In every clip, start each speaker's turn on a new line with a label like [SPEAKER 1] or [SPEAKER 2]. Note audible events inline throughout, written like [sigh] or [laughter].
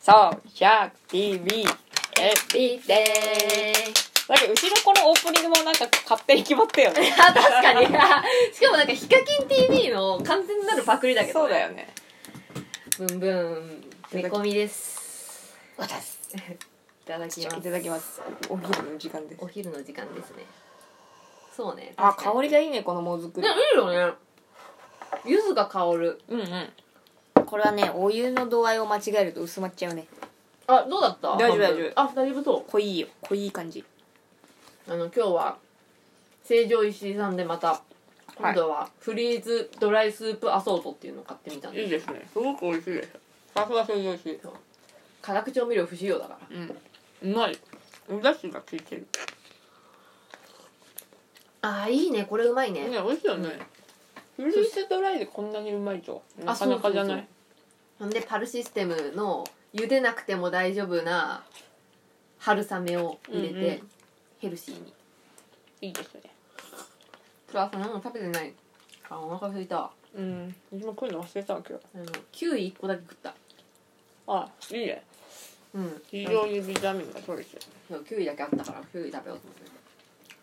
[SPEAKER 1] そう、シャー TV、エビデー。なんか後ろこのオープニングもなんか勝手に決まったよね。
[SPEAKER 2] あ確かに [laughs] しかもなんか「ヒカキン TV」の完全なるパクリだけど、
[SPEAKER 1] そうだよね。
[SPEAKER 2] ブンブン煮込みです
[SPEAKER 1] 私。
[SPEAKER 2] いただき
[SPEAKER 1] い
[SPEAKER 2] ます
[SPEAKER 1] ただきます。お昼の時間です
[SPEAKER 2] お。昼の時間ですねそうね
[SPEAKER 1] あ、
[SPEAKER 2] 確かに
[SPEAKER 1] 香りがいいね、このもずく
[SPEAKER 2] ねいいよね柚子が香る
[SPEAKER 1] うんうん。これはね、お湯の度合いを間違えると薄まっちゃうね。
[SPEAKER 2] あどうだった
[SPEAKER 1] 大丈夫大丈
[SPEAKER 2] 夫あ大丈夫そ
[SPEAKER 1] 濃いよ、濃い感じ。
[SPEAKER 2] うあの今日は成城石井さんでまた今度はフリーズドライスープアソートっていうのを買ってみたんです、
[SPEAKER 1] ですね。すごく美味しいです。さすが成城し
[SPEAKER 2] 化学調味料不使用だから
[SPEAKER 1] うん。うまい。おだしがついてる。
[SPEAKER 2] あーいいねこれうまいね
[SPEAKER 1] ね、美味しいよね。フリーズドライでこんなにうまいと。
[SPEAKER 2] あ
[SPEAKER 1] なかなかじゃ
[SPEAKER 2] そ
[SPEAKER 1] な
[SPEAKER 2] うそう
[SPEAKER 1] い
[SPEAKER 2] そ。ほんでパルシステムの茹でなくても大丈夫な春雨を入れて、
[SPEAKER 1] うんうん
[SPEAKER 2] ヘルシーに
[SPEAKER 1] いいですね。
[SPEAKER 2] 今日朝何も食べてないあお腹空いたわ
[SPEAKER 1] うん。私も食うの忘れたわけよ。
[SPEAKER 2] あのキウイ1個だけ食った
[SPEAKER 1] あ、いいね。
[SPEAKER 2] うん
[SPEAKER 1] 非常にビタミンが取れてる。
[SPEAKER 2] そうキウイだけあったからキウイ食べようと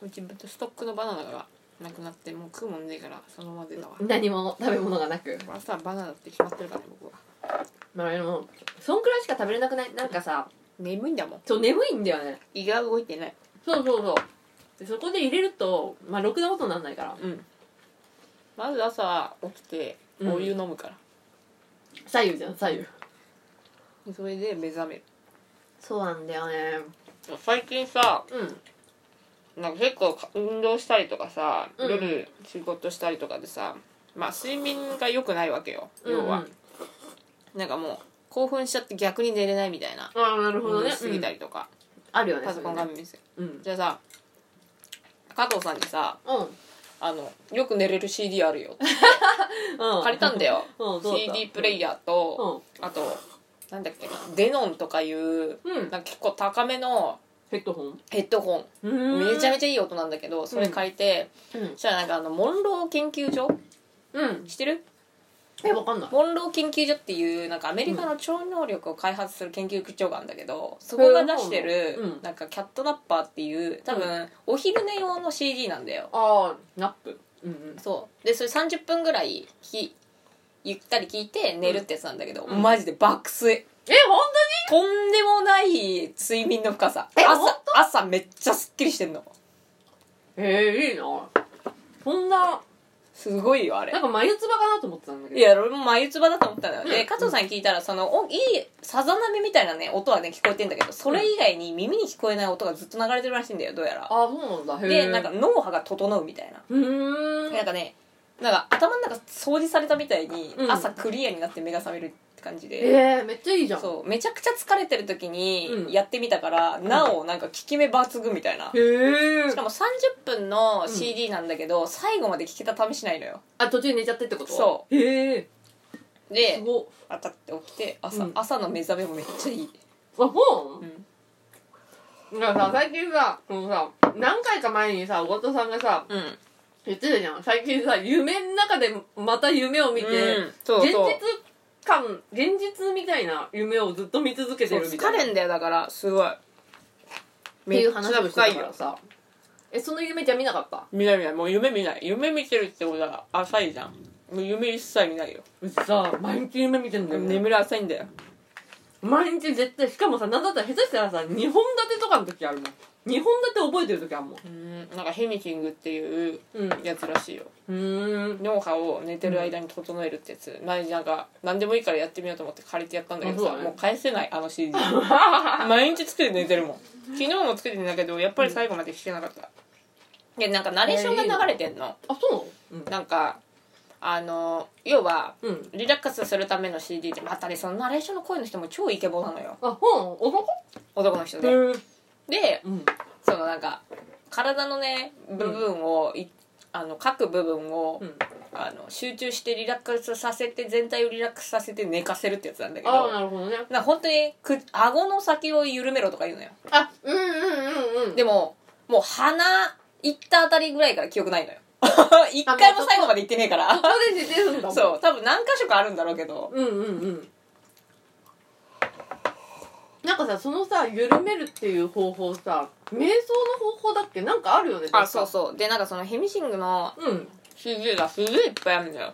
[SPEAKER 2] 思っ
[SPEAKER 1] うちストックのバナナがなくなって、もう食うもんねえから、そのままでだわ
[SPEAKER 2] て。何も食べ物がなく
[SPEAKER 1] 朝バナナって決まってるからね、僕は。
[SPEAKER 2] まあでもそんくらいしか食べれなくないなんかさ
[SPEAKER 1] 眠いんだもん。
[SPEAKER 2] そう眠いんだよね
[SPEAKER 1] 胃が動いてない。
[SPEAKER 2] そうそうそうでそこで入れるとまあろくなことにならないから
[SPEAKER 1] うん。まず朝起きて、お湯飲むから。
[SPEAKER 2] 左右じゃん左右
[SPEAKER 1] それで目覚める。
[SPEAKER 2] そうなんだよね
[SPEAKER 1] 最近さ、
[SPEAKER 2] うん
[SPEAKER 1] なんか結構運動したりとかさ、
[SPEAKER 2] うん
[SPEAKER 1] 夜仕事したりとかでさ、まあ睡眠が良くないわけよ、要は。なんかもう、興奮しちゃって逆に寝れないみたいな。
[SPEAKER 2] うんうんああなるほ
[SPEAKER 1] 運
[SPEAKER 2] ど
[SPEAKER 1] 動
[SPEAKER 2] ね
[SPEAKER 1] しすぎた
[SPEAKER 2] うん
[SPEAKER 1] りとか、
[SPEAKER 2] あるよね
[SPEAKER 1] パソコン画面見せ
[SPEAKER 2] それね
[SPEAKER 1] じゃあさ加藤さんにさ
[SPEAKER 2] うんう
[SPEAKER 1] あのよく寝れる CD あるよ
[SPEAKER 2] んうん
[SPEAKER 1] 借りたんだ
[SPEAKER 2] [laughs]
[SPEAKER 1] よ
[SPEAKER 2] うんどうだった
[SPEAKER 1] CD プレイヤーと、あとなんだっけなデノンとかいう
[SPEAKER 2] うんう
[SPEAKER 1] なんんか結構高めの
[SPEAKER 2] ヘッドホン
[SPEAKER 1] ヘッドホンめちゃめ
[SPEAKER 2] ち
[SPEAKER 1] ちゃいい音なんだけどそれ借りて、
[SPEAKER 2] ゃうん
[SPEAKER 1] そしたらなんかあのモンロー研究所
[SPEAKER 2] うん
[SPEAKER 1] 知ってる
[SPEAKER 2] えわかんない
[SPEAKER 1] モンロー研究所っていうなんかアメリカの超能力を開発する研究所があるんだけどそこが出してる
[SPEAKER 2] うん
[SPEAKER 1] なんかキャットナッパーっていう多分お昼寝用の CD なんだよ
[SPEAKER 2] ああナップうんうん
[SPEAKER 1] そうでそれ30分ぐらいひゆったり聞いて寝るってやつなんだけど、
[SPEAKER 2] うん
[SPEAKER 1] マジで爆睡
[SPEAKER 2] えほん
[SPEAKER 1] とんでもない睡眠の深さ
[SPEAKER 2] えほん
[SPEAKER 1] 朝朝めっちゃすっきりしてんの
[SPEAKER 2] えー、いいなそんな
[SPEAKER 1] すごいよあれ
[SPEAKER 2] なんか眉唾かなと思ってたんだけど
[SPEAKER 1] いや俺も眉唾だと思ったんだよ、
[SPEAKER 2] う
[SPEAKER 1] で
[SPEAKER 2] ん
[SPEAKER 1] 加藤さんに聞いたらそのおいいさざ波みたいなね音はね聞こえてんだけどそれ以外に耳に聞こえない音がずっと流れてるらしいんだよどうやら
[SPEAKER 2] あそうなんだへえ
[SPEAKER 1] でなんか脳波が整うみたいな
[SPEAKER 2] うーん
[SPEAKER 1] なんかねなんか頭の中掃除されたみたいに
[SPEAKER 2] うん
[SPEAKER 1] 朝クリアになって目が覚めるって感じで、
[SPEAKER 2] えー、めっちゃいいじゃん
[SPEAKER 1] そうめちゃくちゃ疲れてる時
[SPEAKER 2] うん
[SPEAKER 1] にやってみたから、なおなんか効き目抜群みたいな、
[SPEAKER 2] へえ
[SPEAKER 1] しかも30分の CD なんだけど、最後まで聴けた試しないのよ
[SPEAKER 2] あ途中で寝ちゃってってこと
[SPEAKER 1] そう
[SPEAKER 2] へえす
[SPEAKER 1] で
[SPEAKER 2] ごっ
[SPEAKER 1] 当たって起きて朝,、
[SPEAKER 2] うん
[SPEAKER 1] 朝の目覚めもめっちゃいい、
[SPEAKER 2] あほ
[SPEAKER 1] うんん
[SPEAKER 2] なんかさ最近さこのさ何回か前にさ小田さんがさ
[SPEAKER 1] うん、
[SPEAKER 2] 言ってたじゃん最近さ夢の中でまた夢を見て、
[SPEAKER 1] そうそう
[SPEAKER 2] 現実感現実みたいな夢をずっと見続けてるみた
[SPEAKER 1] 疲
[SPEAKER 2] いな
[SPEAKER 1] れんだよだからすごい
[SPEAKER 2] っていう話を
[SPEAKER 1] め
[SPEAKER 2] し
[SPEAKER 1] ってちゃ深
[SPEAKER 2] た
[SPEAKER 1] い
[SPEAKER 2] から
[SPEAKER 1] よ
[SPEAKER 2] さえその夢じゃ見なかった
[SPEAKER 1] 見ない見ないもう夢見ない夢見てるってことが浅いじゃんもう夢一切見ないよ、
[SPEAKER 2] うちさ毎日夢見てんだよ、ね、
[SPEAKER 1] 眠り浅いんだよ
[SPEAKER 2] 毎日絶対しかもさなんだったら下手したらさ2本立てとかの時あるもん2本立て覚えてる時あるもん
[SPEAKER 1] うんなんかヘミキングっていう
[SPEAKER 2] うんう
[SPEAKER 1] やつらしいよ
[SPEAKER 2] ーん
[SPEAKER 1] 脳波を寝てる間に整えるってやつ、前になんか何でもいいからやってみようと思って借りてやったんだけど
[SPEAKER 2] あ
[SPEAKER 1] さ
[SPEAKER 2] そうだね
[SPEAKER 1] もう返せないあの CD
[SPEAKER 2] [laughs]
[SPEAKER 1] 毎日つけて寝てるもん昨日もつけて寝たけどやっぱり最後まで聞けなかった、でなんかナレーションが流れてんの
[SPEAKER 2] あそうなの
[SPEAKER 1] なんかあの要は
[SPEAKER 2] うん、うん、
[SPEAKER 1] リラックスするための CD ってまたねそのナレーションの声の人も超イケボなのよ
[SPEAKER 2] あほん男
[SPEAKER 1] 男の人で、
[SPEAKER 2] うん
[SPEAKER 1] で
[SPEAKER 2] うん
[SPEAKER 1] そのなんか体のね部分をい、あの各部分を、
[SPEAKER 2] うん
[SPEAKER 1] あの集中してリラックスさせて全体をリラックスさせて寝かせるってやつなんだけど
[SPEAKER 2] ああなるほどね
[SPEAKER 1] なんか本当にく顎の先を緩めろとか言うのよ
[SPEAKER 2] あうんうんうんうん
[SPEAKER 1] で
[SPEAKER 2] も
[SPEAKER 1] ももう鼻行ったあたりぐらいから記憶ないのよ [laughs] 一回も最後まで行ってねえか
[SPEAKER 2] そこ
[SPEAKER 1] ら
[SPEAKER 2] で寝てるんだもん
[SPEAKER 1] そう多分何箇所かあるんだろうけど
[SPEAKER 2] うんうんうんなんかさそのさ緩めるっていう方法さ瞑想の方法だっけなんかあるよね
[SPEAKER 1] あそう
[SPEAKER 2] そ
[SPEAKER 1] そうでなんかそのヘミシングの
[SPEAKER 2] ううん
[SPEAKER 1] CD がすげえいっぱいあるんだよ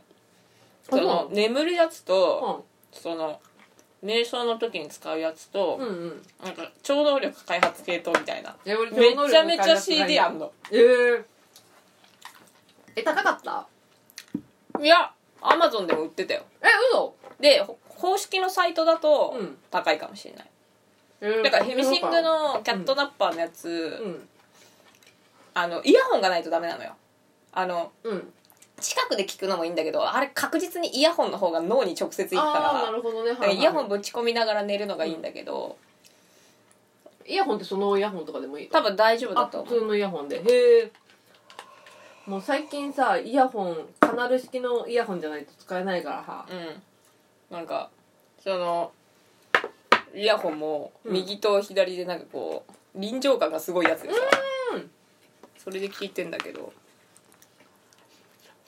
[SPEAKER 1] そ
[SPEAKER 2] そうな
[SPEAKER 1] の
[SPEAKER 2] の
[SPEAKER 1] 眠るやつと
[SPEAKER 2] う
[SPEAKER 1] その瞑想の時に使うやつと
[SPEAKER 2] んうんうん
[SPEAKER 1] なんか超能力開発系統みたいな
[SPEAKER 2] え俺
[SPEAKER 1] めちゃめちゃ
[SPEAKER 2] 超能力の開発が
[SPEAKER 1] CD あんの
[SPEAKER 2] えー、え高かった
[SPEAKER 1] いやアマゾンでも売ってたよ
[SPEAKER 2] え嘘
[SPEAKER 1] でほ公式のサイトだと
[SPEAKER 2] うん
[SPEAKER 1] 高いかもしれない、
[SPEAKER 2] えー
[SPEAKER 1] だからヘミシングのキャットナッパーのやつ、
[SPEAKER 2] うん
[SPEAKER 1] あのイヤホンがないとダメなのよあの
[SPEAKER 2] うん
[SPEAKER 1] 近くで聞くのもいいんだけどあれ確実にイヤホンの方が脳に直接いくから
[SPEAKER 2] ああーなるほどね、は
[SPEAKER 1] だ
[SPEAKER 2] い
[SPEAKER 1] からイヤホン
[SPEAKER 2] はい
[SPEAKER 1] ぶち込みながら寝るのがいいんだけど、
[SPEAKER 2] イヤホンってそのイヤホンとかでもいい
[SPEAKER 1] 多分大丈夫だと
[SPEAKER 2] あ
[SPEAKER 1] 思
[SPEAKER 2] 普通
[SPEAKER 1] う
[SPEAKER 2] のイヤホンでへえもう最近さイヤホンカナル式のイヤホンじゃないと使えないからさ
[SPEAKER 1] うんなんかそのイヤホンも右と左でなんかこう臨場感がすごいやつでさ、
[SPEAKER 2] うん
[SPEAKER 1] それで聞いてんだけど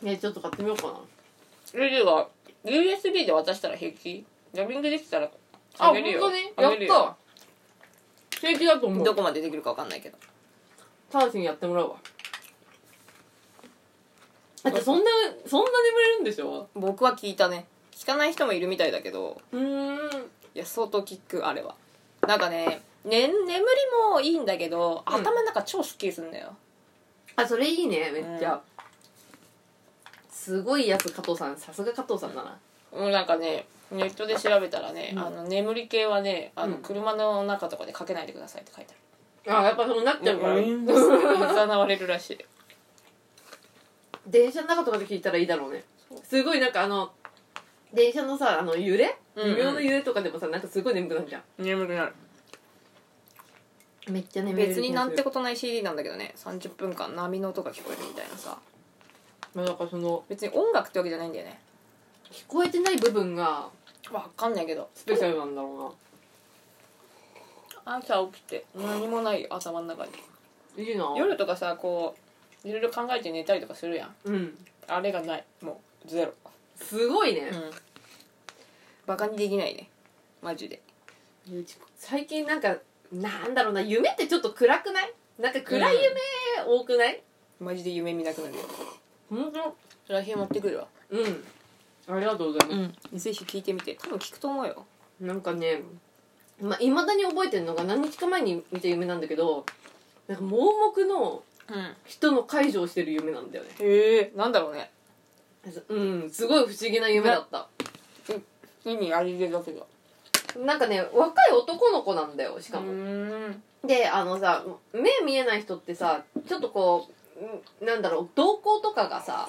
[SPEAKER 2] ねちょっと買ってみようかな
[SPEAKER 1] ルルは USB で渡したら平気ダビングできたらあ
[SPEAKER 2] あ本
[SPEAKER 1] げるよ
[SPEAKER 2] 当に
[SPEAKER 1] あ
[SPEAKER 2] や
[SPEAKER 1] げる
[SPEAKER 2] っ
[SPEAKER 1] よ
[SPEAKER 2] た正規だと思
[SPEAKER 1] ど
[SPEAKER 2] う
[SPEAKER 1] こまでできるか分かんないけど
[SPEAKER 2] ターシンやってもらうわだってそんなそんな眠れるんでしょ
[SPEAKER 1] 僕は聞いたね聞かない人もいるみたいだけど
[SPEAKER 2] うーん
[SPEAKER 1] いや相当キックあれはなんかねね眠りもいいんだけど
[SPEAKER 2] うん
[SPEAKER 1] 頭の中超すっきりすんだよ、
[SPEAKER 2] あそれいいねめっちゃ、
[SPEAKER 1] う
[SPEAKER 2] すごいやつ加藤さんさすが加藤さんだな
[SPEAKER 1] もうなんかねネットで調べたらね、
[SPEAKER 2] うん
[SPEAKER 1] あの眠り系はねあの
[SPEAKER 2] うん
[SPEAKER 1] 車の中とかでかけないでくださいって書いて
[SPEAKER 2] あやっぱそうなっ
[SPEAKER 1] ある、
[SPEAKER 2] ね
[SPEAKER 1] うん、疑われるらしい
[SPEAKER 2] 電車の中とかで聞いたらいいだろうねすごいなんかあの電車のさあの揺れ
[SPEAKER 1] うんうん
[SPEAKER 2] 微妙な揺れとかでもさなんかすごい眠くなるじゃ
[SPEAKER 1] 眠くなる
[SPEAKER 2] んめっちゃ眠
[SPEAKER 1] 別になんて
[SPEAKER 2] こ
[SPEAKER 1] ことない CD なんだけどね30分間波の音が聞こえるみたいなさ
[SPEAKER 2] と、まあ、なんかその
[SPEAKER 1] 別に音楽ってわけじゃないんだよね
[SPEAKER 2] 聞こえてない部分が
[SPEAKER 1] わかんないけど
[SPEAKER 2] スペシャルなんだろ
[SPEAKER 1] 朝起きて何もない頭の中に
[SPEAKER 2] うないいな
[SPEAKER 1] 夜とかさこういろいろ考えて寝たりとかするやん
[SPEAKER 2] うん
[SPEAKER 1] あれがないもうゼロ
[SPEAKER 2] すごいね、
[SPEAKER 1] うんバカにできないねマジで
[SPEAKER 2] うち最近なんかなんだろうな夢ってちょっと暗くないなんか暗い夢多くない、
[SPEAKER 1] マジで夢見なくなるよ
[SPEAKER 2] 本当
[SPEAKER 1] それへん持ってくるわ
[SPEAKER 2] うんありがとうございます、
[SPEAKER 1] んぜひ聞いてみて多分聞くと思うよ
[SPEAKER 2] なんかねいまあ、未だに覚えてるのが何日か前に見た夢なんだけどなんか盲目の
[SPEAKER 1] うん
[SPEAKER 2] 人の介助をしてる夢なんだよね
[SPEAKER 1] へえんだろうね
[SPEAKER 2] うんすごい不思議な夢だった
[SPEAKER 1] 意味ありげだけど
[SPEAKER 2] なんかね若い男の子なんだよし
[SPEAKER 1] う
[SPEAKER 2] かも、
[SPEAKER 1] ーん
[SPEAKER 2] であのさ目見えない人ってさちょっとこううんなんだろう瞳孔とかがさ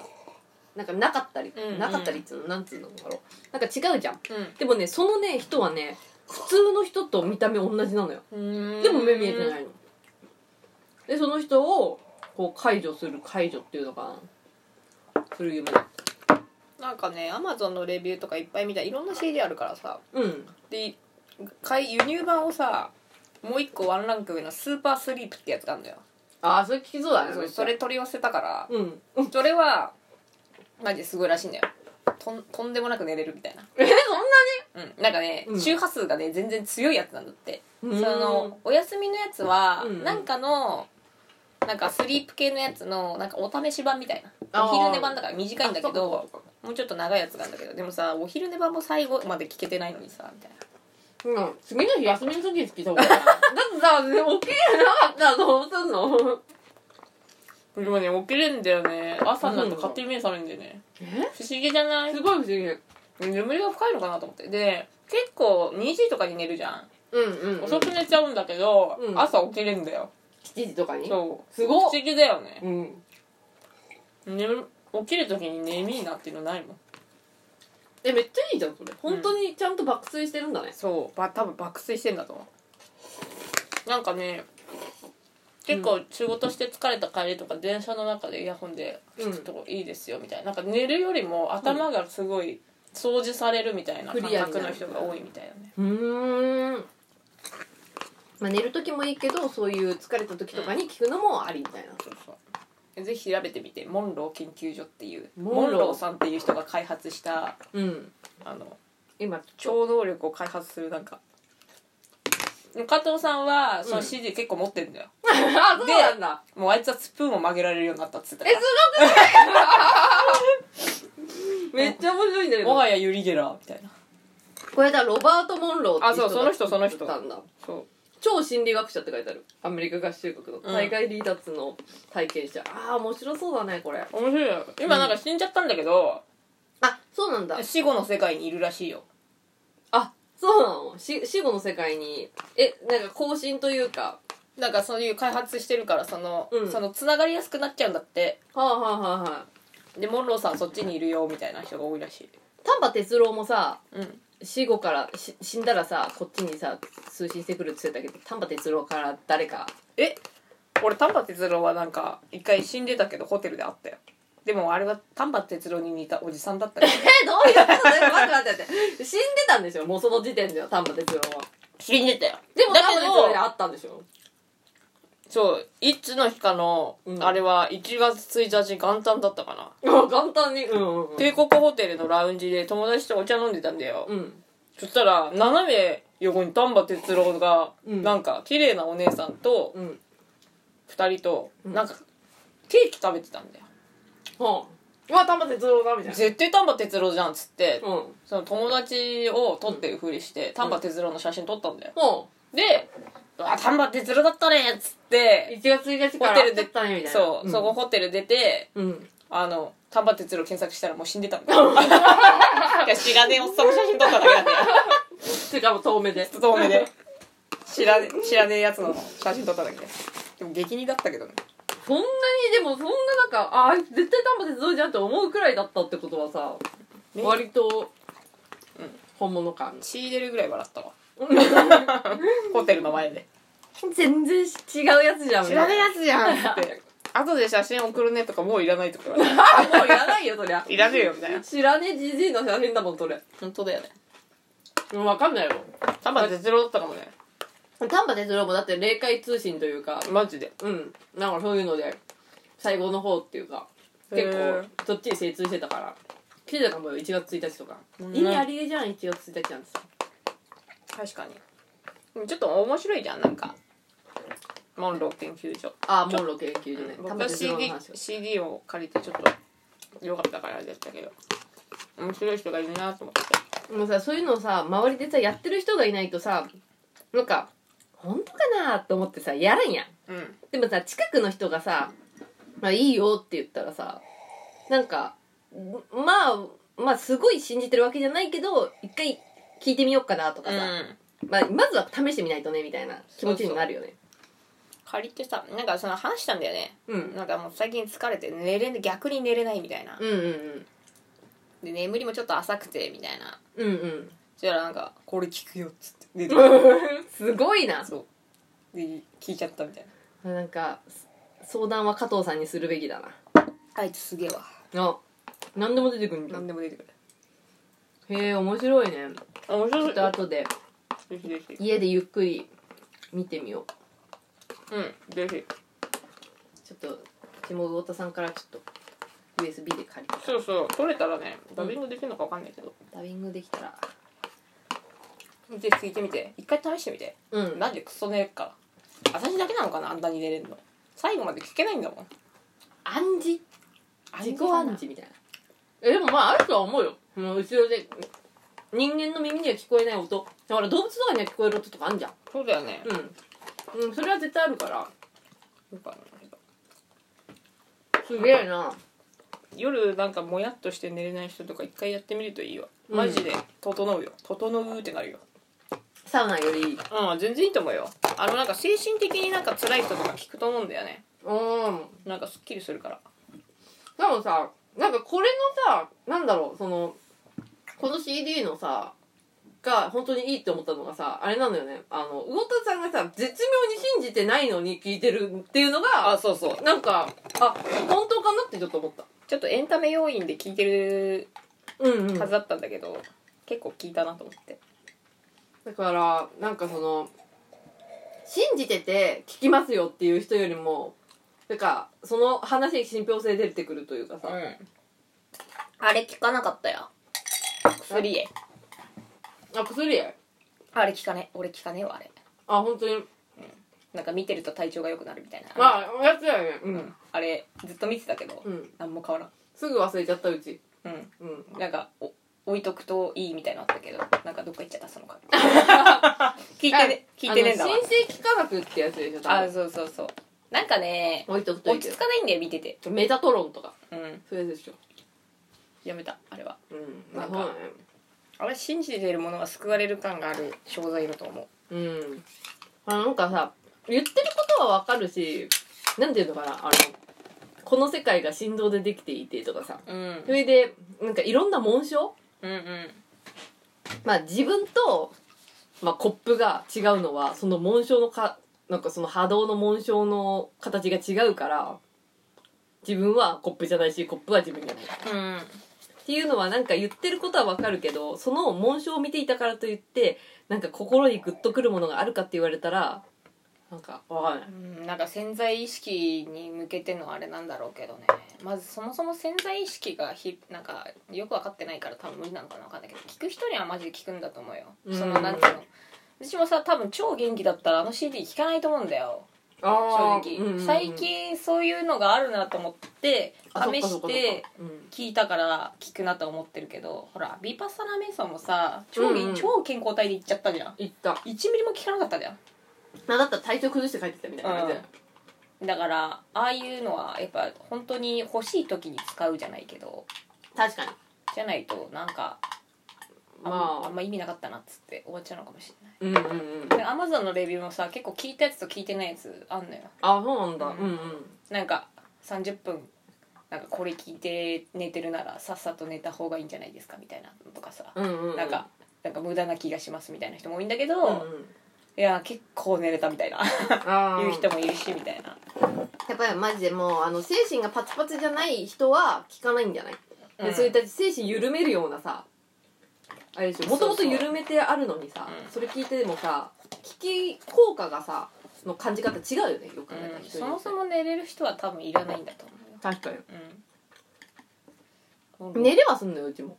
[SPEAKER 2] なんかなかったり、
[SPEAKER 1] うんうん
[SPEAKER 2] なかったりっつうのなんつうのだろうなんか違うじゃん
[SPEAKER 1] うん
[SPEAKER 2] でもねそのね人はね普通の人と見た目同じなのよでも目見えてないのでその人をこう解除する解除っていうのかなする夢だ
[SPEAKER 1] なんかねアマゾンのレビューとかいっぱい見たらいろんな CD あるからさ
[SPEAKER 2] うん
[SPEAKER 1] で買い輸入版をさもう一個ワンランク上のスーパースリープってやつがあるんだよ
[SPEAKER 2] ああそれ聞きそうだね
[SPEAKER 1] そうそれ取り寄せたから
[SPEAKER 2] うん
[SPEAKER 1] それはマジですごいらしいんだよとんとんでもなく寝れるみたいな
[SPEAKER 2] [laughs] え
[SPEAKER 1] うんなんかね、
[SPEAKER 2] うん
[SPEAKER 1] 周波数がね全然強いやつなんだって、
[SPEAKER 2] そんなに
[SPEAKER 1] そのお休みのやつは、
[SPEAKER 2] うん
[SPEAKER 1] なんかのなんかスリープ系のやつのなんかお試し版みたいな
[SPEAKER 2] あー
[SPEAKER 1] お昼寝版だから短いんだけ
[SPEAKER 2] あそ
[SPEAKER 1] ど
[SPEAKER 2] っかそっか
[SPEAKER 1] もうちょっと長いやつなんだけどでもさお昼寝版も最後まで聞けてないのにさみたいな
[SPEAKER 2] うん、次の日休みの時に聞いた方がいいな [laughs] だってさね起きれなかったらどうすんの
[SPEAKER 1] でもね起きれんだよね朝になると勝手に目覚めるんだよね
[SPEAKER 2] え
[SPEAKER 1] 不思議じゃない
[SPEAKER 2] すごい不思議
[SPEAKER 1] 眠りが深いのかなと思ってで結構2時とかに寝るじゃん
[SPEAKER 2] うんうん、うん、
[SPEAKER 1] 遅く寝ちゃうんだけど、
[SPEAKER 2] うん
[SPEAKER 1] 朝起きれんだよ
[SPEAKER 2] 7時とかに
[SPEAKER 1] そう
[SPEAKER 2] すごっ
[SPEAKER 1] 不思議だよね、
[SPEAKER 2] うん
[SPEAKER 1] 眠起きる時に眠いなっていうのないもん
[SPEAKER 2] えめっちゃいいじゃんそれ本当にちゃんと爆睡してるんだね
[SPEAKER 1] そうば多分爆睡してんだと思うなんかね結構仕事して疲れた帰りとか電車の中でイヤホンで
[SPEAKER 2] う
[SPEAKER 1] 聞
[SPEAKER 2] ん、
[SPEAKER 1] くといいですよみたいななんか寝るよりも頭がすごい掃除されるみたいな
[SPEAKER 2] ク
[SPEAKER 1] 感
[SPEAKER 2] リアにな
[SPEAKER 1] 覚
[SPEAKER 2] る
[SPEAKER 1] の人が多いみたいだね
[SPEAKER 2] うーん、まあ、寝る時もいいけどそういう疲れた時とかに聞くのもありみたいな、
[SPEAKER 1] そうそうぜひ調べてみてモンロー研究所っていう
[SPEAKER 2] モンロ
[SPEAKER 1] モ
[SPEAKER 2] ー
[SPEAKER 1] ンローさんっていう人が開発した
[SPEAKER 2] うん、
[SPEAKER 1] あの
[SPEAKER 2] [laughs] 今
[SPEAKER 1] 超能力を開発するなんか加藤さんはその CD 結構持ってんだよ、
[SPEAKER 2] あそうなんだ
[SPEAKER 1] もうあいつはスプーンを曲げられるようになったっつってた
[SPEAKER 2] え
[SPEAKER 1] か
[SPEAKER 2] す
[SPEAKER 1] ら
[SPEAKER 2] ごくない [laughs] めっちゃ面白いんだけ
[SPEAKER 1] も
[SPEAKER 2] ど
[SPEAKER 1] はやユリゲラーみたいな
[SPEAKER 2] これだロバート・モンローってい
[SPEAKER 1] あそうその人その人
[SPEAKER 2] 作ったんだ
[SPEAKER 1] そう
[SPEAKER 2] 超心理学者って書いてあるアメリカ合衆国の
[SPEAKER 1] うん
[SPEAKER 2] 海外離脱の体験者、ああ面白そうだねこれ
[SPEAKER 1] 面白いよ今なんか死んじゃったんだけど、
[SPEAKER 2] あそうなんだ
[SPEAKER 1] 死後の世界にいるらしいよ
[SPEAKER 2] あそうなのし死後の世界にえなんか更新というか
[SPEAKER 1] なんかそういう開発してるからその、
[SPEAKER 2] うん
[SPEAKER 1] そのつながりやすくなっちゃうんだって
[SPEAKER 2] はあはあはあはあ
[SPEAKER 1] でモンローさんそっちにいるよみたいな人が多いらしい
[SPEAKER 2] 丹波哲郎もさ
[SPEAKER 1] うん
[SPEAKER 2] 死後からし死んだらさこっちにさ通信してくるって言ってたけど丹波哲郎から誰か
[SPEAKER 1] え俺丹波哲郎はなんか一回死んでたけどホテルで会ったよでもあれは丹波哲郎に似たおじさんだったよ
[SPEAKER 2] えどういうことだよ待って待って待って死んでたんでしょもうその時点では丹波哲郎は
[SPEAKER 1] [laughs] 死んでたよ
[SPEAKER 2] でも
[SPEAKER 1] だ
[SPEAKER 2] 丹
[SPEAKER 1] け
[SPEAKER 2] 波哲郎に
[SPEAKER 1] ど
[SPEAKER 2] 会ったんでしょ
[SPEAKER 1] そういつの日かの、
[SPEAKER 2] うん
[SPEAKER 1] あれは1月1日元旦だったかな、
[SPEAKER 2] うん簡単にうんうんうん
[SPEAKER 1] 帝国ホテルのラウンジで友達とお茶飲んでたんだよ、
[SPEAKER 2] うん
[SPEAKER 1] そしたら斜め横に丹波哲郎が、
[SPEAKER 2] うん
[SPEAKER 1] なんか綺麗なお姉さんと
[SPEAKER 2] うん
[SPEAKER 1] 2人と、
[SPEAKER 2] うん
[SPEAKER 1] なんかケーキ食べてたんだよ
[SPEAKER 2] はあうわ丹波哲郎だみたい
[SPEAKER 1] 絶対丹波哲郎じゃんっつって、
[SPEAKER 2] なうん
[SPEAKER 1] その友達を撮ってるふりして、丹波哲郎の写真撮ったんだよ、
[SPEAKER 2] ほ
[SPEAKER 1] で「うわ丹波哲郎だったね」っつって
[SPEAKER 2] 1月1日から
[SPEAKER 1] ホテルで
[SPEAKER 2] 会ったねみたいな
[SPEAKER 1] そう、そこホテル出て
[SPEAKER 2] うんうん
[SPEAKER 1] あの丹波哲郎検索したらもう死んでたんだ [laughs] よいや知らねえおっさんの写真撮っただけなんだよ
[SPEAKER 2] しかも遠目で
[SPEAKER 1] ずっと多めで知らね知らねえやつの写真撮っただけででも激似だったけどね
[SPEAKER 2] そんなにでもそんななんかああいつ絶対丹波哲郎じゃんって思うくらいだったってことはさ、
[SPEAKER 1] ね
[SPEAKER 2] 割と
[SPEAKER 1] うん
[SPEAKER 2] 本物 [laughs] 感
[SPEAKER 1] 血入れるぐらい笑ったわホテルの前で
[SPEAKER 2] 全然違うやつじゃん
[SPEAKER 1] 知らねえやつじゃんって後で写真送るねとかもういらないとか言われて
[SPEAKER 2] あもういらないよそりゃ
[SPEAKER 1] いらねえよみたいな
[SPEAKER 2] 知らねえじじいの写真だもんそれ
[SPEAKER 1] 本当だよね
[SPEAKER 2] うんわかんないよ
[SPEAKER 1] 丹波哲郎だったかもね
[SPEAKER 2] 丹波哲郎もだって霊界通信というか
[SPEAKER 1] マジで
[SPEAKER 2] うんなんかそういうので最後の方っていうか
[SPEAKER 1] へ
[SPEAKER 2] 結
[SPEAKER 1] ー
[SPEAKER 2] 構どっちに精通してたから来てたかもよ1月1日とか、
[SPEAKER 1] ん
[SPEAKER 2] 意味ありげじゃん1月1日なんてさ
[SPEAKER 1] 確かにでもちょっと面白いじゃんなんかモンロー研究所
[SPEAKER 2] ああモンロー研究所ね
[SPEAKER 1] 僕は CD, CD を借りてちょっとよかったからあれだったけど面白い人がいるなと思って
[SPEAKER 2] もうさそういうのをさ周りでさやってる人がいないとさなんか本当かなと思ってさやるんやん
[SPEAKER 1] うん
[SPEAKER 2] でもさ近くの人がさ「まあ、いいよ」って言ったらさなんかまあまあすごい信じてるわけじゃないけど一回聞いてみようかなとかさ、
[SPEAKER 1] うん、
[SPEAKER 2] まあ、まずは試してみないとねみたいな気持ちになるよね
[SPEAKER 1] 借りてさなんかその話したんだよね
[SPEAKER 2] うん
[SPEAKER 1] なんかもう最近疲れて寝れ逆に寝れないみたいな、
[SPEAKER 2] うんうん
[SPEAKER 1] で眠りもちょっと浅くてみたいな
[SPEAKER 2] うんうん
[SPEAKER 1] そしたらなんか「これ聞くよ」っつって [laughs] 寝て
[SPEAKER 2] うんすごいな
[SPEAKER 1] そうで聞いちゃったみたいな
[SPEAKER 2] なんか相談は加藤さんにするべきだな
[SPEAKER 1] あいつすげえわ
[SPEAKER 2] あ何でも出てくるんだ
[SPEAKER 1] 何でも出てくる
[SPEAKER 2] へえ面白いね
[SPEAKER 1] 面
[SPEAKER 2] ちょ
[SPEAKER 1] 白
[SPEAKER 2] っと後で
[SPEAKER 1] ぜひぜひ
[SPEAKER 2] 家でゆっくり見てみよう
[SPEAKER 1] うんぜひ
[SPEAKER 2] ちょっとうちも魚田さんからちょっと USB で借りて
[SPEAKER 1] そうそう取れたらねダビングできるのか分かんないけど、
[SPEAKER 2] ダビングできたら
[SPEAKER 1] ぜひ聞いてみて一回試してみて
[SPEAKER 2] うん
[SPEAKER 1] なんでクソ寝れっか私だけなのかなあんなに寝れんの最後まで聞けないんだもん
[SPEAKER 2] 暗示自己暗
[SPEAKER 1] 暗示
[SPEAKER 2] 示みたいなえでもまああるとは思うよもう後ろで人間の耳には聞こえない音だから動物とかには聞こえる音とかあんじゃん
[SPEAKER 1] そうだよね、
[SPEAKER 2] うん、うん、それは絶対あるから
[SPEAKER 1] よくあるんだけど
[SPEAKER 2] すげえな
[SPEAKER 1] 夜なんかもやっとして寝れない人とか一回やってみるといいわ
[SPEAKER 2] うん
[SPEAKER 1] マジで整うよ整うってなるよ
[SPEAKER 2] サウナより
[SPEAKER 1] うん全然いいと思うよあのなんか精神的になんか辛い人とか聞くと思うんだよね
[SPEAKER 2] うん
[SPEAKER 1] なんかすっきりするから
[SPEAKER 2] でもさなんかこれのさなんだろうそのこの CD のさが本当にいいって思ったのがさあれなのよねあの魚田さんがさ絶妙に信じてないのに聞いてるっていうの
[SPEAKER 1] あ
[SPEAKER 2] が
[SPEAKER 1] そうそう
[SPEAKER 2] なんかあ本当かなってちょっと思った
[SPEAKER 1] ちょっとエンタメ要因で聞いてる
[SPEAKER 2] うん、うん、
[SPEAKER 1] はずだ
[SPEAKER 2] だ
[SPEAKER 1] ったんだけど、結構聞いたなと思って
[SPEAKER 2] からなんかその信じてて聞きますよっていう人よりもなんかその話に信憑性出てくるというかさ、
[SPEAKER 1] んあれ聞かなかったよ薬へ
[SPEAKER 2] あ薬
[SPEAKER 1] あれ聞かねえ俺聞かねえわあれ
[SPEAKER 2] あ本当に
[SPEAKER 1] なんか見てると体調が良くなるみたいな
[SPEAKER 2] あやってたよねう
[SPEAKER 1] うんん、あれずっと見てたけど、
[SPEAKER 2] うん、
[SPEAKER 1] 何も変わ
[SPEAKER 2] すぐ忘れちゃったうち
[SPEAKER 1] らんうん
[SPEAKER 2] うん
[SPEAKER 1] なんかお置いとくといいみたいなのあったけどなんかどっか行っちゃったその [laughs] 紙聞いてね聞いてねえんだわ
[SPEAKER 2] あの新世紀科学ってやつでしょ多
[SPEAKER 1] あ
[SPEAKER 2] 分
[SPEAKER 1] そうそうそうなんかね
[SPEAKER 2] 置いとくとい
[SPEAKER 1] 落
[SPEAKER 2] い
[SPEAKER 1] ち
[SPEAKER 2] けど
[SPEAKER 1] 着かないんだよ見てて
[SPEAKER 2] メタトロンとか
[SPEAKER 1] うん
[SPEAKER 2] そういうやつでしょ
[SPEAKER 1] やめたあれは
[SPEAKER 2] うん
[SPEAKER 1] な
[SPEAKER 2] なんん
[SPEAKER 1] か
[SPEAKER 2] か
[SPEAKER 1] あれ信じてるものが救われる感がある商材だと思う
[SPEAKER 2] うんあなんかさ言ってることはわかるしなんていうのかなあのこの世界が振動でできていてとかさ
[SPEAKER 1] うん
[SPEAKER 2] それでなんかいろんな紋章
[SPEAKER 1] うんうん
[SPEAKER 2] まあ自分と、まあ、コップが違うのはその紋章のかなんかその波動の紋章の形が違うから自分はコップじゃないしコップは自分じゃない
[SPEAKER 1] うん
[SPEAKER 2] っていうのはなんか言ってることはわかるけどその紋章を見ていたからといってなんか心にグッとくるものがあるかって言われたらなんかわかんない
[SPEAKER 1] うんなんか潜在意識に向けてのあれなんだろうけどねまずそもそも潜在意識がひなんかよく分かってないから多分無理なのかな分かんないけど聞く人にはマジで聞くんだと思うよ
[SPEAKER 2] うん
[SPEAKER 1] そのなんていうの私もさ多分超元気だったらあの CD 聴かないと思うんだよ正直、最近そういうのがあるなと思って試して聞いたから聞くなと思ってるけどほらビパッサナー瞑想もさ超,、
[SPEAKER 2] うんうん
[SPEAKER 1] 超健康体で行っちゃったじゃん
[SPEAKER 2] 行った
[SPEAKER 1] 1ミリも聞かなかったじゃん
[SPEAKER 2] なんだったら体調崩して帰ってきたみたいな感じだよ
[SPEAKER 1] だからああいうのはやっぱ本当に欲しい時に使うじゃないけど
[SPEAKER 2] 確かに
[SPEAKER 1] じゃないとなんかあん,、
[SPEAKER 2] ま
[SPEAKER 1] あ
[SPEAKER 2] あ
[SPEAKER 1] んま意味なかったなっつって終わっちゃうのかもしれない
[SPEAKER 2] うんうんうん
[SPEAKER 1] でアマゾンのレビューもさ結構聞いたやつと聞いてないやつあんのよ
[SPEAKER 2] あそうなんだ
[SPEAKER 1] うん
[SPEAKER 2] うんうん
[SPEAKER 1] なんか30分なんかこれ聞いて寝てるならさっさと寝た方がいいんじゃないですかみたいなのとかさ、
[SPEAKER 2] うんうん
[SPEAKER 1] なんかなんか無駄な気がしますみたいな人も多いんだけど、
[SPEAKER 2] うんうん
[SPEAKER 1] いや結構寝れたみたいな
[SPEAKER 2] あー
[SPEAKER 1] 言う人もいるしみたいな
[SPEAKER 2] やっぱりマジでもうあの精神がパツパツじゃない人は聞かないんじゃない、で
[SPEAKER 1] うん
[SPEAKER 2] そういった精神緩めるようなさあれでしょ
[SPEAKER 1] そ
[SPEAKER 2] も
[SPEAKER 1] うそ
[SPEAKER 2] と
[SPEAKER 1] う
[SPEAKER 2] もと緩めてあるのにさ
[SPEAKER 1] うん
[SPEAKER 2] それ聞いてでもさ聞き効果がさの感じ方違うよねよく考えたら
[SPEAKER 1] うん
[SPEAKER 2] 人に
[SPEAKER 1] そ
[SPEAKER 2] よ
[SPEAKER 1] も
[SPEAKER 2] って
[SPEAKER 1] そも寝れる人は多分いらないんだと思うよ
[SPEAKER 2] 確か
[SPEAKER 1] うん、
[SPEAKER 2] に寝ればすんのようちも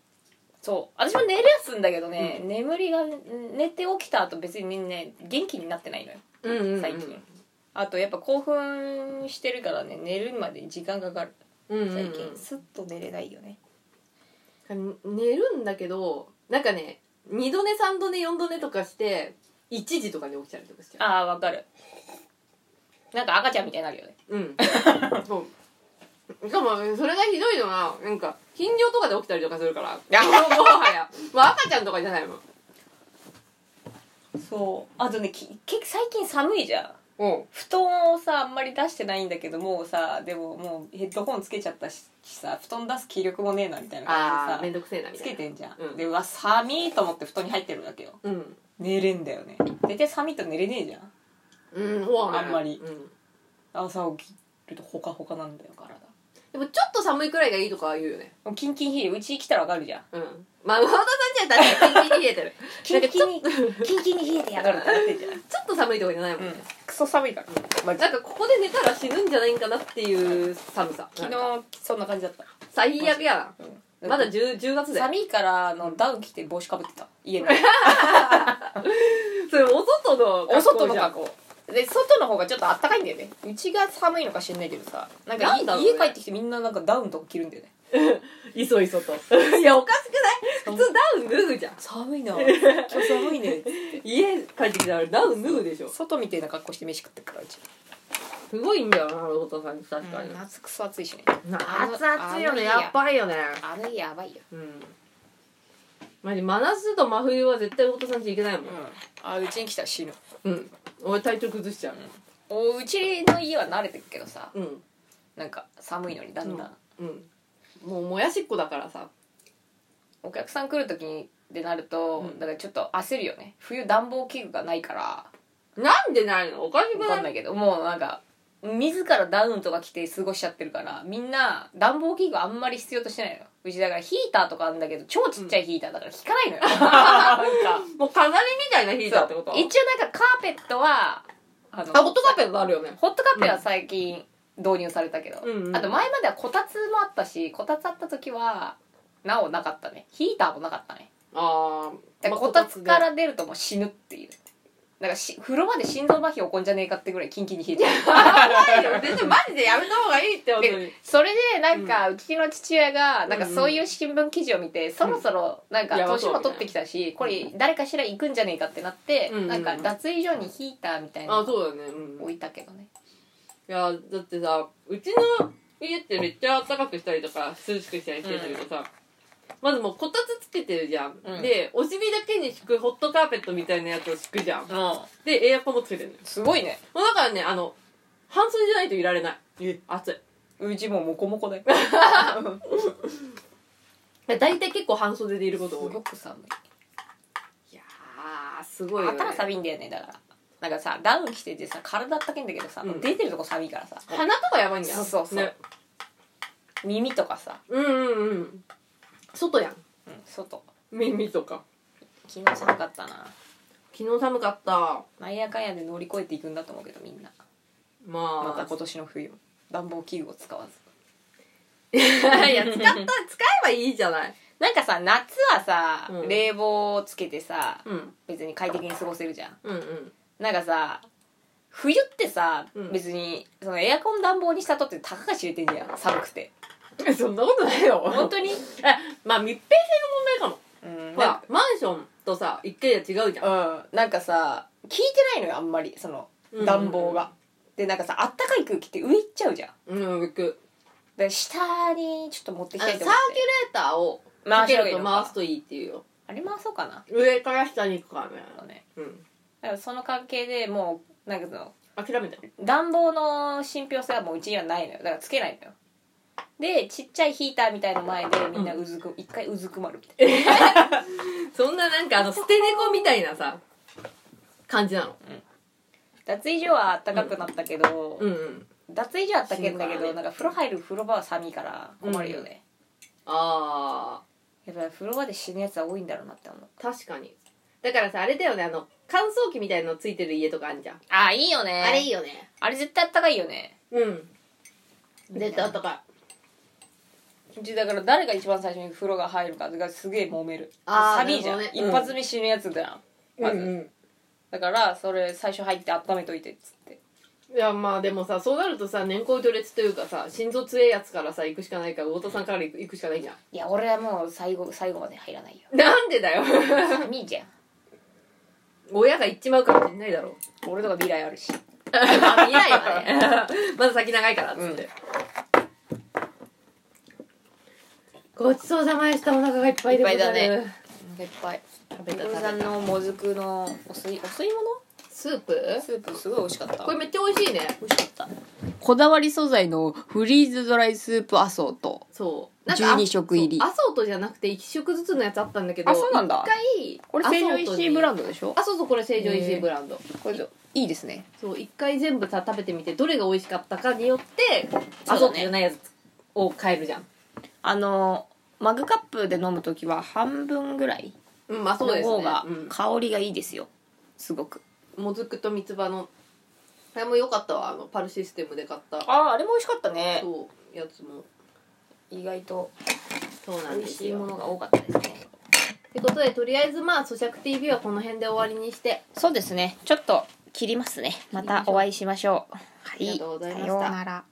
[SPEAKER 1] そう私も寝るやつんだけどね、眠りがうん寝て起きた後別にね元気になってないのよ
[SPEAKER 2] うんうん、
[SPEAKER 1] 最近、あとやっぱ興奮してるからね寝るまで時間がかかる
[SPEAKER 2] うんうんうん
[SPEAKER 1] 最近、スッと寝れないよね
[SPEAKER 2] 寝るんだけどなんかね2度寝3度寝4度寝とかして1時とかに起きちゃうとかしちゃ
[SPEAKER 1] ああわかるなんか赤ちゃんみたいになるよね
[SPEAKER 2] ううん [laughs] そうしかもそれがひどいのがなんか頻尿とかで起きたりとかするから
[SPEAKER 1] や
[SPEAKER 2] もうもはや、まあ、赤ちゃんとかじゃないもん
[SPEAKER 1] そうあとねき結構最近寒いじゃん
[SPEAKER 2] うん
[SPEAKER 1] 布団をさあんまり出してないんだけどもうさでももうヘッドホンつけちゃったしさ布団出す気力もねえなみたいな感じで
[SPEAKER 2] ああ
[SPEAKER 1] さ
[SPEAKER 2] 面倒くせえなみ
[SPEAKER 1] つ
[SPEAKER 2] た
[SPEAKER 1] け
[SPEAKER 2] いな
[SPEAKER 1] てんじゃん、
[SPEAKER 2] うん
[SPEAKER 1] でうわ寒いと思って布団に入ってるわけよ
[SPEAKER 2] うん
[SPEAKER 1] 寝れんだよね絶対寒いと寝れねえじゃん
[SPEAKER 2] うんそうなのよ
[SPEAKER 1] あんまり
[SPEAKER 2] うん、
[SPEAKER 1] 朝起きるとほかほかなんだよ体
[SPEAKER 2] でもちょっと寒いくらいがいいとかは言うよね
[SPEAKER 1] もうキンキン冷えうち来たらわかるじゃん
[SPEAKER 2] うんまあ上田さんじゃ確かにキンキンに冷えてる [laughs]
[SPEAKER 1] キンキンにキンキンに冷えてやがるってなってんじゃん
[SPEAKER 2] ちょっと寒いとかじゃないもん、
[SPEAKER 1] うんクソ寒いから、まあ
[SPEAKER 2] なんかここで寝たら死ぬんじゃないかなっていう寒さ
[SPEAKER 1] 昨
[SPEAKER 2] なんか
[SPEAKER 1] 日そんな感じだった、
[SPEAKER 2] 最悪やな
[SPEAKER 1] うん
[SPEAKER 2] まだ 10, 10月だよ
[SPEAKER 1] 寒いからあのダウン着て帽子かぶってた家の
[SPEAKER 2] それお外の
[SPEAKER 1] お外の
[SPEAKER 2] じゃん
[SPEAKER 1] 格好で外の方がちょっとあったかいんだよねうちが寒いのか知んないけどさなんかい
[SPEAKER 2] なんだろうね
[SPEAKER 1] 家帰ってきてみんななんかダウンとか着るんだよね
[SPEAKER 2] いそいそと [laughs] いやおかしくない普通ダウン脱ぐじゃん
[SPEAKER 1] 寒いな今日寒いね
[SPEAKER 2] 家帰ってきたらダウン脱ぐでしょ
[SPEAKER 1] 外みたいな格好して飯食ってくからうち
[SPEAKER 2] すごいんだよなお父さん確かに、
[SPEAKER 1] うん夏くそ暑いしね
[SPEAKER 2] 夏暑いよね
[SPEAKER 1] あの
[SPEAKER 2] やっばいよね
[SPEAKER 1] あれやばいよ
[SPEAKER 2] うんマジ真夏と真冬は絶対お父さんち行けないも
[SPEAKER 1] うんんあうちに来たら死ぬ
[SPEAKER 2] うん俺体調崩しちゃう
[SPEAKER 1] おうちの家は慣れてるけどさ
[SPEAKER 2] うん
[SPEAKER 1] なんか寒いのにだんだん、
[SPEAKER 2] うんもうもやしっこだからさ
[SPEAKER 1] お客さん来る時にでなると、
[SPEAKER 2] うん
[SPEAKER 1] だからちょっと焦るよね冬暖房器具がないから
[SPEAKER 2] なんでないのおかし
[SPEAKER 1] 分
[SPEAKER 2] く
[SPEAKER 1] か
[SPEAKER 2] なんい
[SPEAKER 1] ないけどもうなんか自らダウンとか着て過ごしちゃってるからみんな暖房器具あんまり必要としてないのうちだからヒーターとかあるんだけど超ちっちゃいヒーターだから効かないのよ、 [laughs] なんか
[SPEAKER 2] もう飾りみたいなヒーターってこと
[SPEAKER 1] そう一応なんかカーペットはあの
[SPEAKER 2] あホットカーペットあるよね
[SPEAKER 1] ホットカップは最近導入されたけど、
[SPEAKER 2] うんうん
[SPEAKER 1] あと前まではこたつもあったしこたつあった時はなおなかったねヒーターもなかったね
[SPEAKER 2] あ
[SPEAKER 1] だか
[SPEAKER 2] あ
[SPEAKER 1] らこたつから出るともう死ぬっていうなんかし風呂場で心臓麻痺起こんじゃねえかってぐらいキンキンに冷えてる
[SPEAKER 2] [laughs] よ全然マジでやめた方がいいって本当に
[SPEAKER 1] それでなんか、うちの父親がなんかそういう新聞記事を見て、そろそろなんか
[SPEAKER 2] やば
[SPEAKER 1] 年
[SPEAKER 2] そう
[SPEAKER 1] も取ってきたし、これ誰かしら行くんじゃねえかってなって、
[SPEAKER 2] うんうん
[SPEAKER 1] なんか脱衣所にヒーターみたいな
[SPEAKER 2] あ
[SPEAKER 1] の
[SPEAKER 2] そうだねうん
[SPEAKER 1] 置いたけどね
[SPEAKER 2] いやだってさうちの家ってめっちゃ暖かくしたりとか涼しくしたりしてるんだけどさ、まずもうこたつつけてるじゃん、
[SPEAKER 1] うん
[SPEAKER 2] でお尻だけに敷くホットカーペットみたいなやつを敷くじゃ
[SPEAKER 1] う
[SPEAKER 2] ん
[SPEAKER 1] ん
[SPEAKER 2] でエアコンもつけてるのよ
[SPEAKER 1] すごいね
[SPEAKER 2] もうだからねあの半袖じゃないといられない暑いう
[SPEAKER 1] ちもモコモコだよ
[SPEAKER 2] だい大体結構半袖でいること多い
[SPEAKER 1] よく寒い
[SPEAKER 2] いやーすごいよ、ね、
[SPEAKER 1] 頭寒いんだよねだからなんかさダウン着ててさ体あったけんだけどさ、
[SPEAKER 2] うん
[SPEAKER 1] 出てるとこ寒いからさ
[SPEAKER 2] 鼻とかやばいんだよ
[SPEAKER 1] そうそうそう
[SPEAKER 2] ね、
[SPEAKER 1] 耳とかさ、
[SPEAKER 2] うんうんうん外やん
[SPEAKER 1] うん、外
[SPEAKER 2] 耳とか
[SPEAKER 1] 昨日寒かったな
[SPEAKER 2] 昨日寒かった
[SPEAKER 1] なんやかんやで乗り越えていくんだと思うけどみんな
[SPEAKER 2] まあ
[SPEAKER 1] また今年の冬も暖房器具を使わず
[SPEAKER 2] [laughs] いや使った使えばいいじゃない
[SPEAKER 1] なんかさ夏はさ、
[SPEAKER 2] うん
[SPEAKER 1] 冷房をつけてさ
[SPEAKER 2] うん
[SPEAKER 1] 別に快適に過ごせるじゃん
[SPEAKER 2] うんうん
[SPEAKER 1] なんかさ冬ってさ、
[SPEAKER 2] うん
[SPEAKER 1] 別にそのエアコン暖房にしたとってたかが知れてんじゃん寒くて
[SPEAKER 2] えそんなことないよ
[SPEAKER 1] 本当に
[SPEAKER 2] えまあ密閉性の問題かも
[SPEAKER 1] うん
[SPEAKER 2] ほ
[SPEAKER 1] なん
[SPEAKER 2] ら
[SPEAKER 1] か
[SPEAKER 2] マンションとさ一軒家違うじゃん
[SPEAKER 1] うんなんかさ聞いてないのよあんまりその
[SPEAKER 2] うん
[SPEAKER 1] 暖房が、でなんかさあったかい空気って上行っちゃうじゃん
[SPEAKER 2] うん行く
[SPEAKER 1] で下にちょっと持ってき
[SPEAKER 2] あの
[SPEAKER 1] たい
[SPEAKER 2] サ
[SPEAKER 1] と
[SPEAKER 2] ーキュレ
[SPEAKER 1] 思っ
[SPEAKER 2] ー
[SPEAKER 1] て
[SPEAKER 2] ターをか
[SPEAKER 1] 回し
[SPEAKER 2] け
[SPEAKER 1] た方が
[SPEAKER 2] る
[SPEAKER 1] いい
[SPEAKER 2] と
[SPEAKER 1] の
[SPEAKER 2] 回
[SPEAKER 1] か
[SPEAKER 2] すといいっていうよ
[SPEAKER 1] あれ回そうかな
[SPEAKER 2] 上から下に行くからね
[SPEAKER 1] だね
[SPEAKER 2] うん
[SPEAKER 1] だからその関係でもうなんかその
[SPEAKER 2] 諦めたよ
[SPEAKER 1] 暖房の信憑性はもううちにはないのよだからつけないのよでちっちゃいヒーターみたいの前でみんなうずく、一回うずくまるみたい
[SPEAKER 2] そんななんかあの捨て猫みたいなさ感じなの
[SPEAKER 1] な脱衣所は暖かくなったけど、
[SPEAKER 2] うんうん
[SPEAKER 1] 脱衣所は暖けんだけ
[SPEAKER 2] 死ぬから
[SPEAKER 1] ど、
[SPEAKER 2] ね
[SPEAKER 1] なんか風呂入る風呂場は寒いから困るよね、
[SPEAKER 2] ああ
[SPEAKER 1] やっぱり風呂場で死ぬやつは多いんだろうなって思う
[SPEAKER 2] 確かにだからさあれだよねあの乾燥機みたいのついてる家とかあんじゃん、
[SPEAKER 1] あいいよね
[SPEAKER 2] あれいいよね
[SPEAKER 1] あれ絶対暖かいよね
[SPEAKER 2] うん絶対あったかいう
[SPEAKER 1] ちだから誰が一番最初に風呂が入るかがすげえ揉める
[SPEAKER 2] あー
[SPEAKER 1] 寒いじゃん、
[SPEAKER 2] なるほどね
[SPEAKER 1] 一発目死ぬやつだよ、まず
[SPEAKER 2] うん
[SPEAKER 1] だからそれ最初入って温めといてっつって
[SPEAKER 2] いやまあでもさそうなるとさ年功序列というかさ心臓強えやつからさ行くしかないから太田さんから行く行くしかないじゃん
[SPEAKER 1] いや俺はもう最後最後まで入らないよ
[SPEAKER 2] なんでだよ
[SPEAKER 1] 寒いじゃん
[SPEAKER 2] [laughs] 親が行っちまうかもしれないだろ
[SPEAKER 1] 俺とか未来あるし
[SPEAKER 2] まあ見ないわね [laughs] まだ先長いからっつって、ごちそうさまでしたお腹がいっぱいでござる
[SPEAKER 1] いっぱいだねいっぱい
[SPEAKER 2] 食べ
[SPEAKER 1] 小
[SPEAKER 2] た
[SPEAKER 1] 室さ
[SPEAKER 2] 食
[SPEAKER 1] ん
[SPEAKER 2] べた
[SPEAKER 1] のもずくのお吸いお吸い物
[SPEAKER 2] スープ
[SPEAKER 1] スープすごい美味しかった
[SPEAKER 2] これめっちゃ美味しいね
[SPEAKER 1] 美味しかったこだわり素材のフリーズドライスープアソート
[SPEAKER 2] そうなんか
[SPEAKER 1] 12色入り
[SPEAKER 2] そうアソートじゃなくて1食ずつのやつあったんだけど
[SPEAKER 1] あそうなんだ
[SPEAKER 2] 一回
[SPEAKER 1] これ成城
[SPEAKER 2] アソート
[SPEAKER 1] 石
[SPEAKER 2] に
[SPEAKER 1] 井ブランドでしょ
[SPEAKER 2] あそうそうこれ成城石井ブランド
[SPEAKER 1] これいいですね
[SPEAKER 2] そう一回全部さ食べてみてどれが美味しかったかによって
[SPEAKER 1] そ
[SPEAKER 2] ア
[SPEAKER 1] うだね
[SPEAKER 2] ソートじゃないやつを変えるじゃん
[SPEAKER 1] あのマグカップで飲む時は半分ぐらい
[SPEAKER 2] うんまあ
[SPEAKER 1] の方が香りがいいですよすごく
[SPEAKER 2] もずくと三つ葉のあれも良かったわあのパルシステムで買った
[SPEAKER 1] あああれも美味しかったね
[SPEAKER 2] そうやつも
[SPEAKER 1] 意外と
[SPEAKER 2] そうな
[SPEAKER 1] 美
[SPEAKER 2] んで
[SPEAKER 1] 味
[SPEAKER 2] す
[SPEAKER 1] しいも
[SPEAKER 2] よ
[SPEAKER 1] のが多かったですね
[SPEAKER 2] ってことでとりあえずまあ咀嚼 TV はこの辺で終わりにして
[SPEAKER 1] そうですねちょっと切りますねまたお会いしましょうは
[SPEAKER 2] ありがとうございました
[SPEAKER 1] さようなら